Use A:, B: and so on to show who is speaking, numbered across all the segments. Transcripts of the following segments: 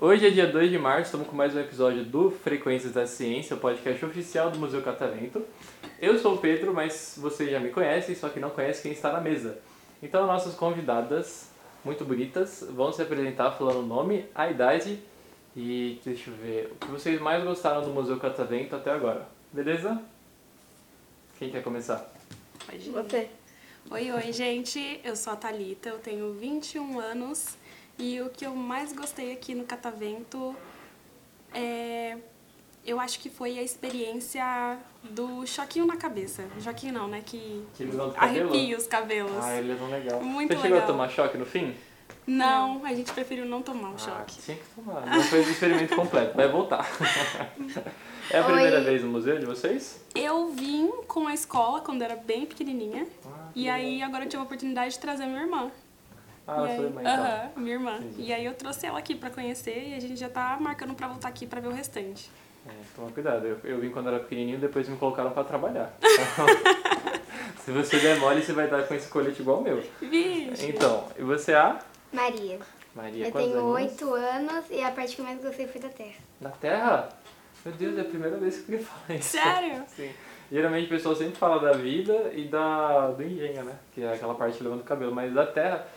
A: Hoje é dia 2 de março, estamos com mais um episódio do Frequências da Ciência, o podcast oficial do Museu Catavento. Eu sou o Pedro, mas vocês já me conhecem, só que não conhecem quem está na mesa. Então, nossas convidadas, muito bonitas, vão se apresentar falando o nome, a idade e, deixa eu ver, o que vocês mais gostaram do Museu Catavento até agora. Beleza? Quem quer começar?
B: Pode ir.
C: Você.
B: Oi, oi, gente. Eu sou a Thalita, eu tenho 21 anos e o que eu mais gostei aqui no Catavento é. Eu acho que foi a experiência do choquinho na cabeça. Joquinho não, né? Que
A: Que eles vão do cabelo?
B: arrepia os cabelos.
A: Ah, eles vão legal.
B: Muito
A: Você chegou a
B: legal.
A: tomar choque no fim?
B: Não, a gente preferiu não tomar o
A: Ah,
B: um choque.
A: tinha que tomar. Não fez o experimento completo, vai voltar. é a primeira
C: Oi.
A: vez no museu de vocês?
B: Eu vim com a escola quando era bem pequenininha.
A: Ah, que
B: E
A: legal.
B: aí agora eu tive a oportunidade de trazer minha irmã.
A: Ah,
B: E aí-
A: sua irmã então.
B: Aham, minha irmã.
A: Entendi.
B: E aí eu trouxe ela aqui pra conhecer e a gente já tá marcando pra voltar aqui pra ver o restante.
A: É, toma cuidado, eu, eu vim quando era pequenininho depois me colocaram pra trabalhar. Então, se você der mole, você vai dar com esse colete igual o meu.
B: Vixe!
A: Então, e você é a
C: Maria.
A: Maria?
C: eu
A: quantos
C: tenho
A: aninhos?
C: oito anos e é a parte que eu mais gostei foi da terra.
A: Na Terra? Meu Deus, é a primeira vez que alguém fala isso.
B: Sério?
A: Sim. Geralmente o pessoal sempre fala da vida e da, do engenho, né? Que é aquela parte que levanta o cabelo. Mas da Terra,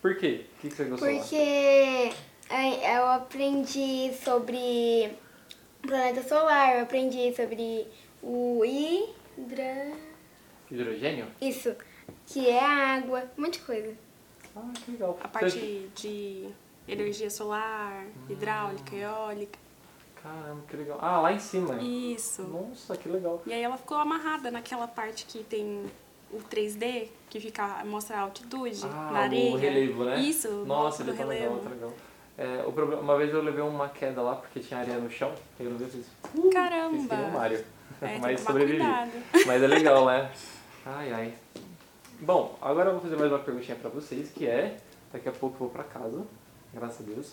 A: por quê? O que, que você gostou lá?
C: Porque é, eu aprendi sobre o planeta solar, eu aprendi sobre o hidra...
A: Hidrogênio?
C: Isso, que é a água, um monte de coisa.
A: Ah, que legal.
B: A
A: Você-
B: parte de energia solar, hidráulica, eólica.
A: Caramba, que legal. Ah, lá em cima.
B: Isso.
A: Nossa, que legal.
B: E aí ela ficou amarrada naquela parte que tem o 3D, que fica, mostra a altitude
A: Ah,
B: na areia.
A: o relevo, né?
B: Isso,
A: Nossa,
B: do
A: ele tá legal,
B: relevo.
A: tá legal. É, o problema, uma vez eu levei uma queda lá porque tinha areia no chão. Eu não vi fiz. Fiz que nem um
B: Caramba!
A: Mario.
B: É, tem
A: Mas
B: que tomar
A: sobrevivi.
B: cuidado.
A: Mas é legal, né? Ai, ai. Bom, agora eu vou fazer mais uma perguntinha pra vocês, que é... Daqui a pouco eu vou pra casa, graças a Deus.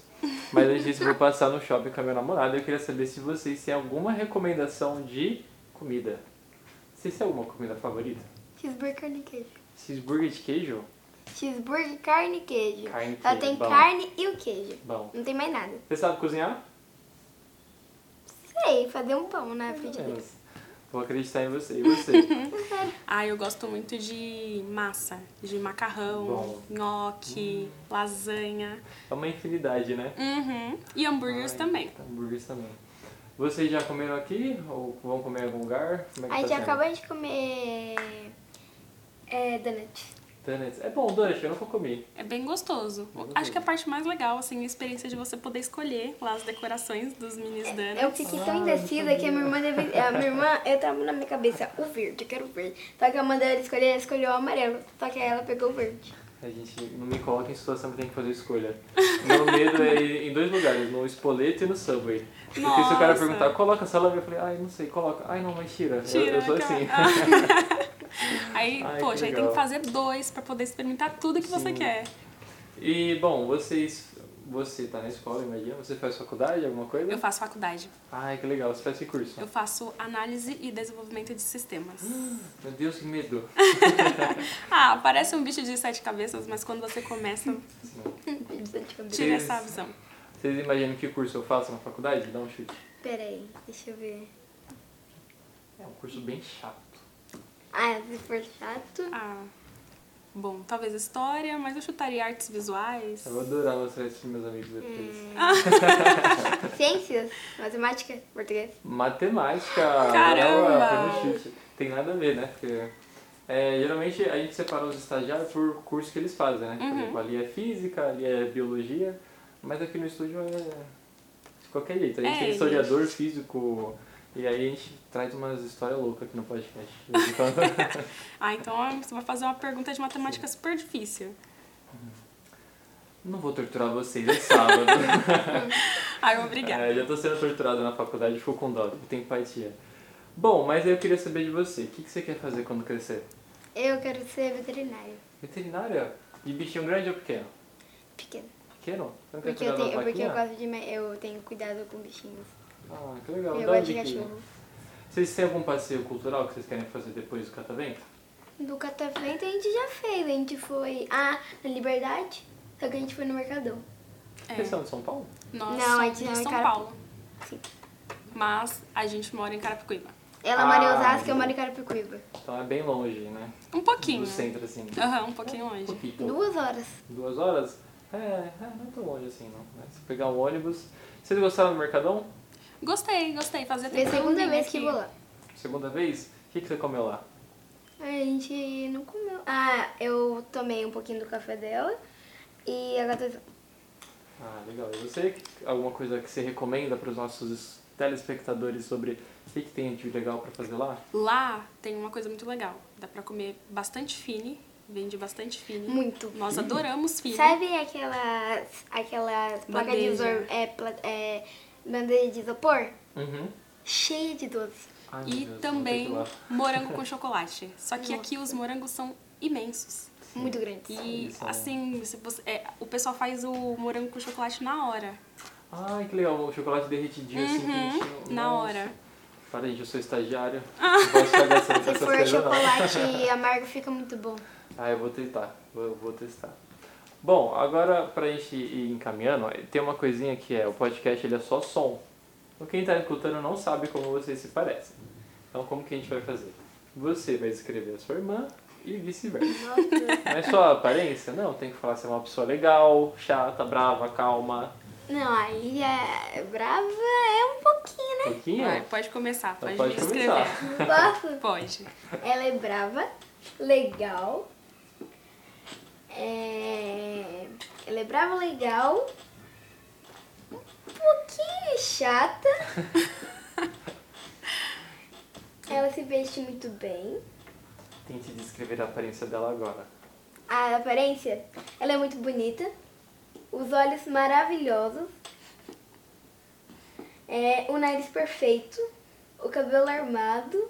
A: Mas antes disso, eu vou passar no shopping com a minha namorada. Eu queria saber se vocês têm alguma recomendação de comida. Vocês têm alguma comida favorita?
C: Cheeseburger, carne e queijo.
A: Cheeseburger de queijo?
C: Cheeseburger, carne e queijo.
A: Carne e
C: Só
A: queijo,
C: tem
A: bom.
C: carne e o queijo.
A: Bom.
C: Não tem mais nada.
A: Você sabe cozinhar?
C: Sei, fazer um pão na
A: Mais ou
C: frigideira.
A: menos. Vou acreditar em você. E você?
B: Ah, eu gosto muito de massa, de macarrão,
A: Bom. Hum.
B: nhoque, lasanha.
A: É uma infinidade, né?
B: Uhum. E hambúrgueres
A: Ai,
B: também.
A: Hambúrgueres também. Vocês já comeram aqui? Ou vão comer em algum lugar? Como é que
C: A
A: tá
C: gente
A: sendo?
C: acabou de comer é, donut.
A: Donuts. É bom, donut, eu nunca comi.
B: É bem gostoso.
A: Bem
B: Acho que a parte mais legal, assim, é a experiência de você poder escolher lá as decorações dos minis donuts.
C: Eu fiquei
A: Ah,
C: tão indecisa que a minha irmã deve. A minha irmã, eu tava na minha cabeça, o verde, eu quero o verde. Só que eu mandei ela escolher, ela escolheu o amarelo. Só que aí ela pegou o verde.
A: A gente não me coloca em situação que tem que fazer escolha. Meu medo é ir em dois lugares, no espoleto e no subway. Porque se o cara
B: Nossa.
A: perguntar, coloca salame, eu falei, ai, não sei, coloca. Ai, não, mas tira. Eu- eu,
B: Tira,
A: sou
B: cara.
A: assim.
B: Aí,
A: Ai, que
B: poxa, aí tem
A: legal.
B: que fazer dois pra poder experimentar tudo que você
A: Sim.
B: quer.
A: E, bom, vocês. Você tá na escola, imagina? Você faz faculdade, alguma coisa?
B: Eu faço faculdade.
A: Ai, que legal, você faz esse curso.
B: Eu faço análise e desenvolvimento de sistemas.
A: Meu Deus, que medo.
B: Ah, parece um bicho de sete cabeças, mas quando você começa,
C: Peraí,
B: tira
A: Sim.
B: essa visão.
A: Vocês imaginam que curso eu faço na faculdade? Dá um chute.
C: Pera aí, deixa eu ver.
A: É um curso bem chato.
C: Ah, se for chato.
B: Ah, bom, talvez história, mas eu chutaria artes visuais.
A: Eu vou adorar mostrar isso pros meus amigos depois.
C: É.
B: Hum.
C: Ciências, matemática, português.
A: Matemática!
B: Caramba!
A: Ah, foi no chute. Tem nada a ver, né? Porque, é, geralmente a gente separa os estagiários por curso que eles fazem, né?
B: Uhum.
A: Por exemplo, ali é física, ali é biologia, mas aqui no estúdio é de qualquer jeito. A gente
B: É,
A: tem
B: gente.
A: historiador, físico, e aí a gente traz umas histórias loucas aqui no podcast. de vez em quando.
B: Ah, então ah, você vai fazer uma pergunta de matemática super difícil.
A: Não vou torturar vocês, é sábado.
B: Ai, obrigada.
A: É, já tô sendo torturado na faculdade, fico com dó, fico com empatia. Bom, mas eu queria saber de você, o que, que você quer fazer quando crescer?
C: Eu quero ser veterinário.
A: Veterinária? De bichinho grande ou pequeno?
C: Pequeno.
A: Pequeno? Você não quer
C: Porque
A: cuidar
C: eu,
A: das
C: tenho, porque eu
A: vaquinhas?
C: gosto de. me- Eu tenho cuidado com bichinhos.
A: Ah, que legal.
C: Eu
A: Dá um
C: gosto de
A: biquinho.
C: cachorro.
A: Vocês têm algum passeio cultural que vocês querem fazer depois do catavento?
C: Do catavento tá a gente já fez, a gente foi. Ah, na Liberdade? Só que a gente foi no Mercadão.
B: É.
A: Vocês são de São Paulo?
B: Nós
C: Não, a
B: somos
C: gente
B: de
C: não é
B: São
C: cara-
B: Paulo.
C: Sim.
B: Mas a gente mora em Carapicuíba.
C: Ela mora em
A: Ah,
C: Osasco e eu
A: sim.
C: moro em Carapicuíba.
A: Então é bem longe, né?
B: Um pouquinho.
A: Do centro, assim.
B: Aham, um pouquinho
A: Um
B: longe.
A: pouquinho.
C: Duas horas.
A: Duas horas? É, é, não é tão longe assim, não. né? Se pegar um ônibus... Vocês gostaram do Mercadão?
B: Gostei, gostei. Fazia tempo
C: É a
B: que eu não
C: segunda
B: vinha
C: vez que
B: aqui.
C: eu vou lá.
A: Segunda vez? O que, que você comeu lá?
C: A gente não comeu. Ah, eu tomei um pouquinho do café dela e a gata.
A: Ah, legal. E você? Alguma coisa que você recomenda para os nossos telespectadores sobre o que, que tem de legal para fazer lá?
B: Lá tem uma coisa muito legal. Dá pra comer bastante fine. Vende bastante fine.
C: Muito.
B: Nós adoramos fine.
C: Sabe aquelas. aquelas placas de
B: Bandeja.
C: isor, é, pla- é, bandeja de isopor?
A: Uhum.
C: Cheia de doce.
A: Ai, meu
B: E
A: Deus,
B: também
A: vou ter
B: morango com chocolate. Só que aqui os morangos são imensos.
C: Muito grande.
B: E
A: Eles são-
B: assim, se você- é, o pessoal faz o morango com chocolate na hora.
A: que ir lá. Ai, que legal. O chocolate derretidinho assim,
B: Uhum,
A: quentinho.
B: na
A: Nossa.
B: hora. Ah.
A: Fala, gente, eu sou estagiário. Não posso fazer essa-
C: Se
A: essas
C: for
A: coisas, não.
C: chocolate amargo, fica muito bom.
A: Ah, eu vou tentar. Eu vou testar. Bom, agora pra gente ir encaminhando, tem uma coisinha que é, o podcast ele é só som. Então quem tá escutando não sabe como vocês se parecem. Então como que a gente vai fazer? Você vai descrever a sua irmã e vice-versa. Não é só a aparência? Não, tem que falar se é uma pessoa legal, chata, brava, calma.
C: Não, aí é brava é um pouquinho, né?
A: Pouquinho?
B: Vai, pode começar,
A: Então
B: pode,
A: pode
B: escrever.
A: começar.
C: Posso?
B: Pode.
C: Ela é brava, legal. É... Ela é brava, legal. Um pouquinho chata. Ela se veste muito bem.
A: Tente descrever a aparência dela agora.
C: A aparência, ela é muito bonita. Os olhos maravilhosos. É, o nariz perfeito. O cabelo armado.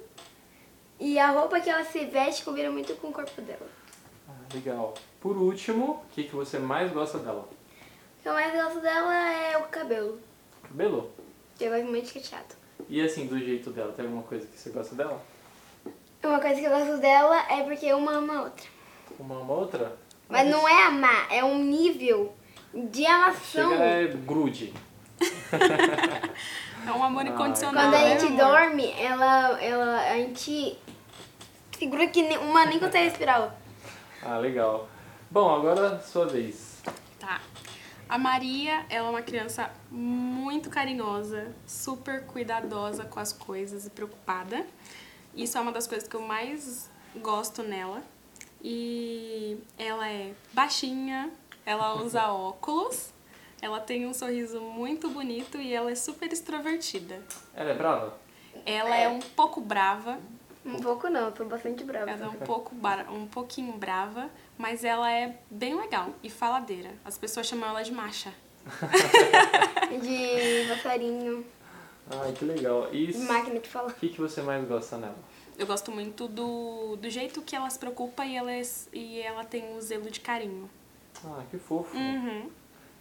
C: E a roupa que ela se veste combina muito com o corpo dela.
A: Ah, legal. Por último, o que, que você mais gosta dela?
C: Então, O que eu mais gosto dela é o cabelo.
A: Cabelo.
C: Eu gosto muito de cacheado.
A: E assim, do jeito dela, tem alguma coisa que você gosta dela?
C: Uma coisa que eu gosto dela é porque uma ama a outra.
A: Uma, uma outra?
C: Mas não é amar, é um nível de amação.
A: Chega, é grude.
B: É um amor
A: Ah,
B: incondicional.
C: Quando a
B: né,
C: gente
B: amor?
C: dorme, ela, ela, a gente segura que nem- uma nem consegue respirar.
A: Ah, legal. Bom, agora sua vez.
B: Tá. A Maria, ela é uma criança muito carinhosa, super cuidadosa com as coisas e preocupada. Isso é uma das coisas que eu mais gosto nela. E ela é baixinha, ela usa óculos, ela tem um sorriso muito bonito e ela é super extrovertida.
A: Ela é brava?
B: Ela é um pouco brava,
C: Um pouco não, eu tô bastante brava.
B: ela é um pouco bara- um pouquinho brava, mas ela é bem legal e faladeira. As pessoas chamam ela de macha.
C: De passarinho,
A: Ai, que legal. E
C: de
A: o
C: máquina de falar.
A: que, que você mais gosta nela?
B: Eu gosto muito do, do jeito que ela se preocupa e ela, é- e ela tem o zelo de carinho.
A: Ah, que fofo.
B: Uhum.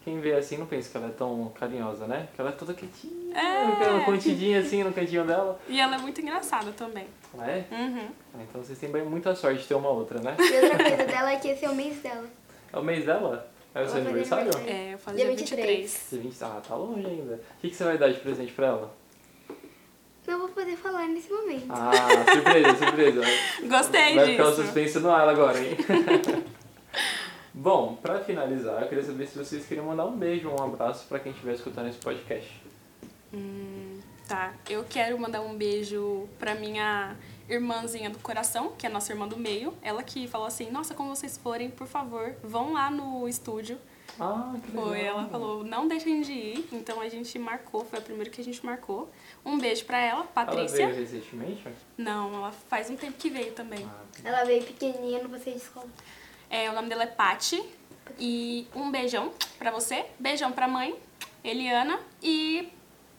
A: Quem vê assim não pensa que ela é tão carinhosa, né? Que ela é toda quietinha,
B: É.
A: contidinha assim no cantinho dela.
B: E ela é muito engraçada também.
A: Ela é?
B: Uhum.
A: Ah, Então vocês têm bem- muita sorte de ter uma outra, né?
C: E outra coisa dela é que esse é o mês dela.
A: É o mês dela? É o seu
C: Ela faz
A: aniversário?
C: aniversário.
B: É, eu falo
C: Dia
B: dia
C: 23.
B: 23.
A: Dia 20. Ah, tá longe ainda. O que, que você vai dar de presente pra ela?
C: Não vou poder falar nesse momento.
A: Ah, surpresa, surpresa.
B: Gostei
A: Vai ficar o
B: disso.
A: suspense no ar agora, hein? Bom, pra finalizar, eu queria saber se vocês queriam mandar um beijo, um abraço pra quem estiver escutando esse podcast.
B: Hum, tá. Eu quero mandar um beijo pra minha irmãzinha do coração, que é a nossa irmã do meio. Ela que falou assim: Nossa, quando vocês forem, por favor, vão lá no estúdio.
A: Ah, que legal.
B: Foi, ela falou, não deixem de ir. Então a gente marcou, foi a primeira que a gente marcou. Um beijo pra ela, Patrícia.
A: Ela veio recentemente?
B: Não, ela faz um tempo que veio também.
A: Ah,
C: Ela veio pequenininha, não passei de escola.
B: É, o nome dela é Pati. E um beijão pra você, beijão pra mãe, Eliana, e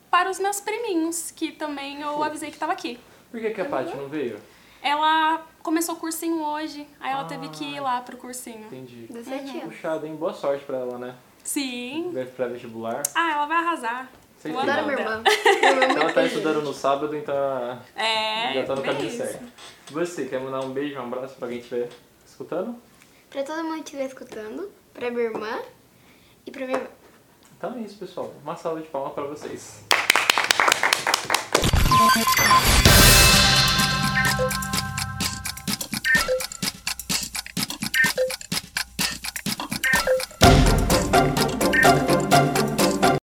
B: para os meus priminhos, que também eu avisei que tava aqui.
A: por que, que a Paty não veio?
B: Ela começou o cursinho hoje, aí ela
A: Ah.
B: teve que ir lá pro cursinho.
A: Entendi.
C: 17 Então, anos.
A: Puxado, hein? Boa sorte pra ela, né?
B: Sim.
A: Deve pra vestibular.
B: Ah, ela vai arrasar.
A: Sei
B: Eu
A: que
B: adoro
C: Adoro
A: não.
C: minha irmã. é
A: Então ela tá estudando no sábado, então ela
B: É,
A: já tá no
B: bem
A: caminho
B: isso.
A: certo. Você, quer mandar um beijo, um abraço pra quem estiver escutando?
C: Pra todo mundo que estiver escutando, pra minha irmã e pra minha irmã.
A: Então é isso, pessoal. Uma salva de palmas pra vocês.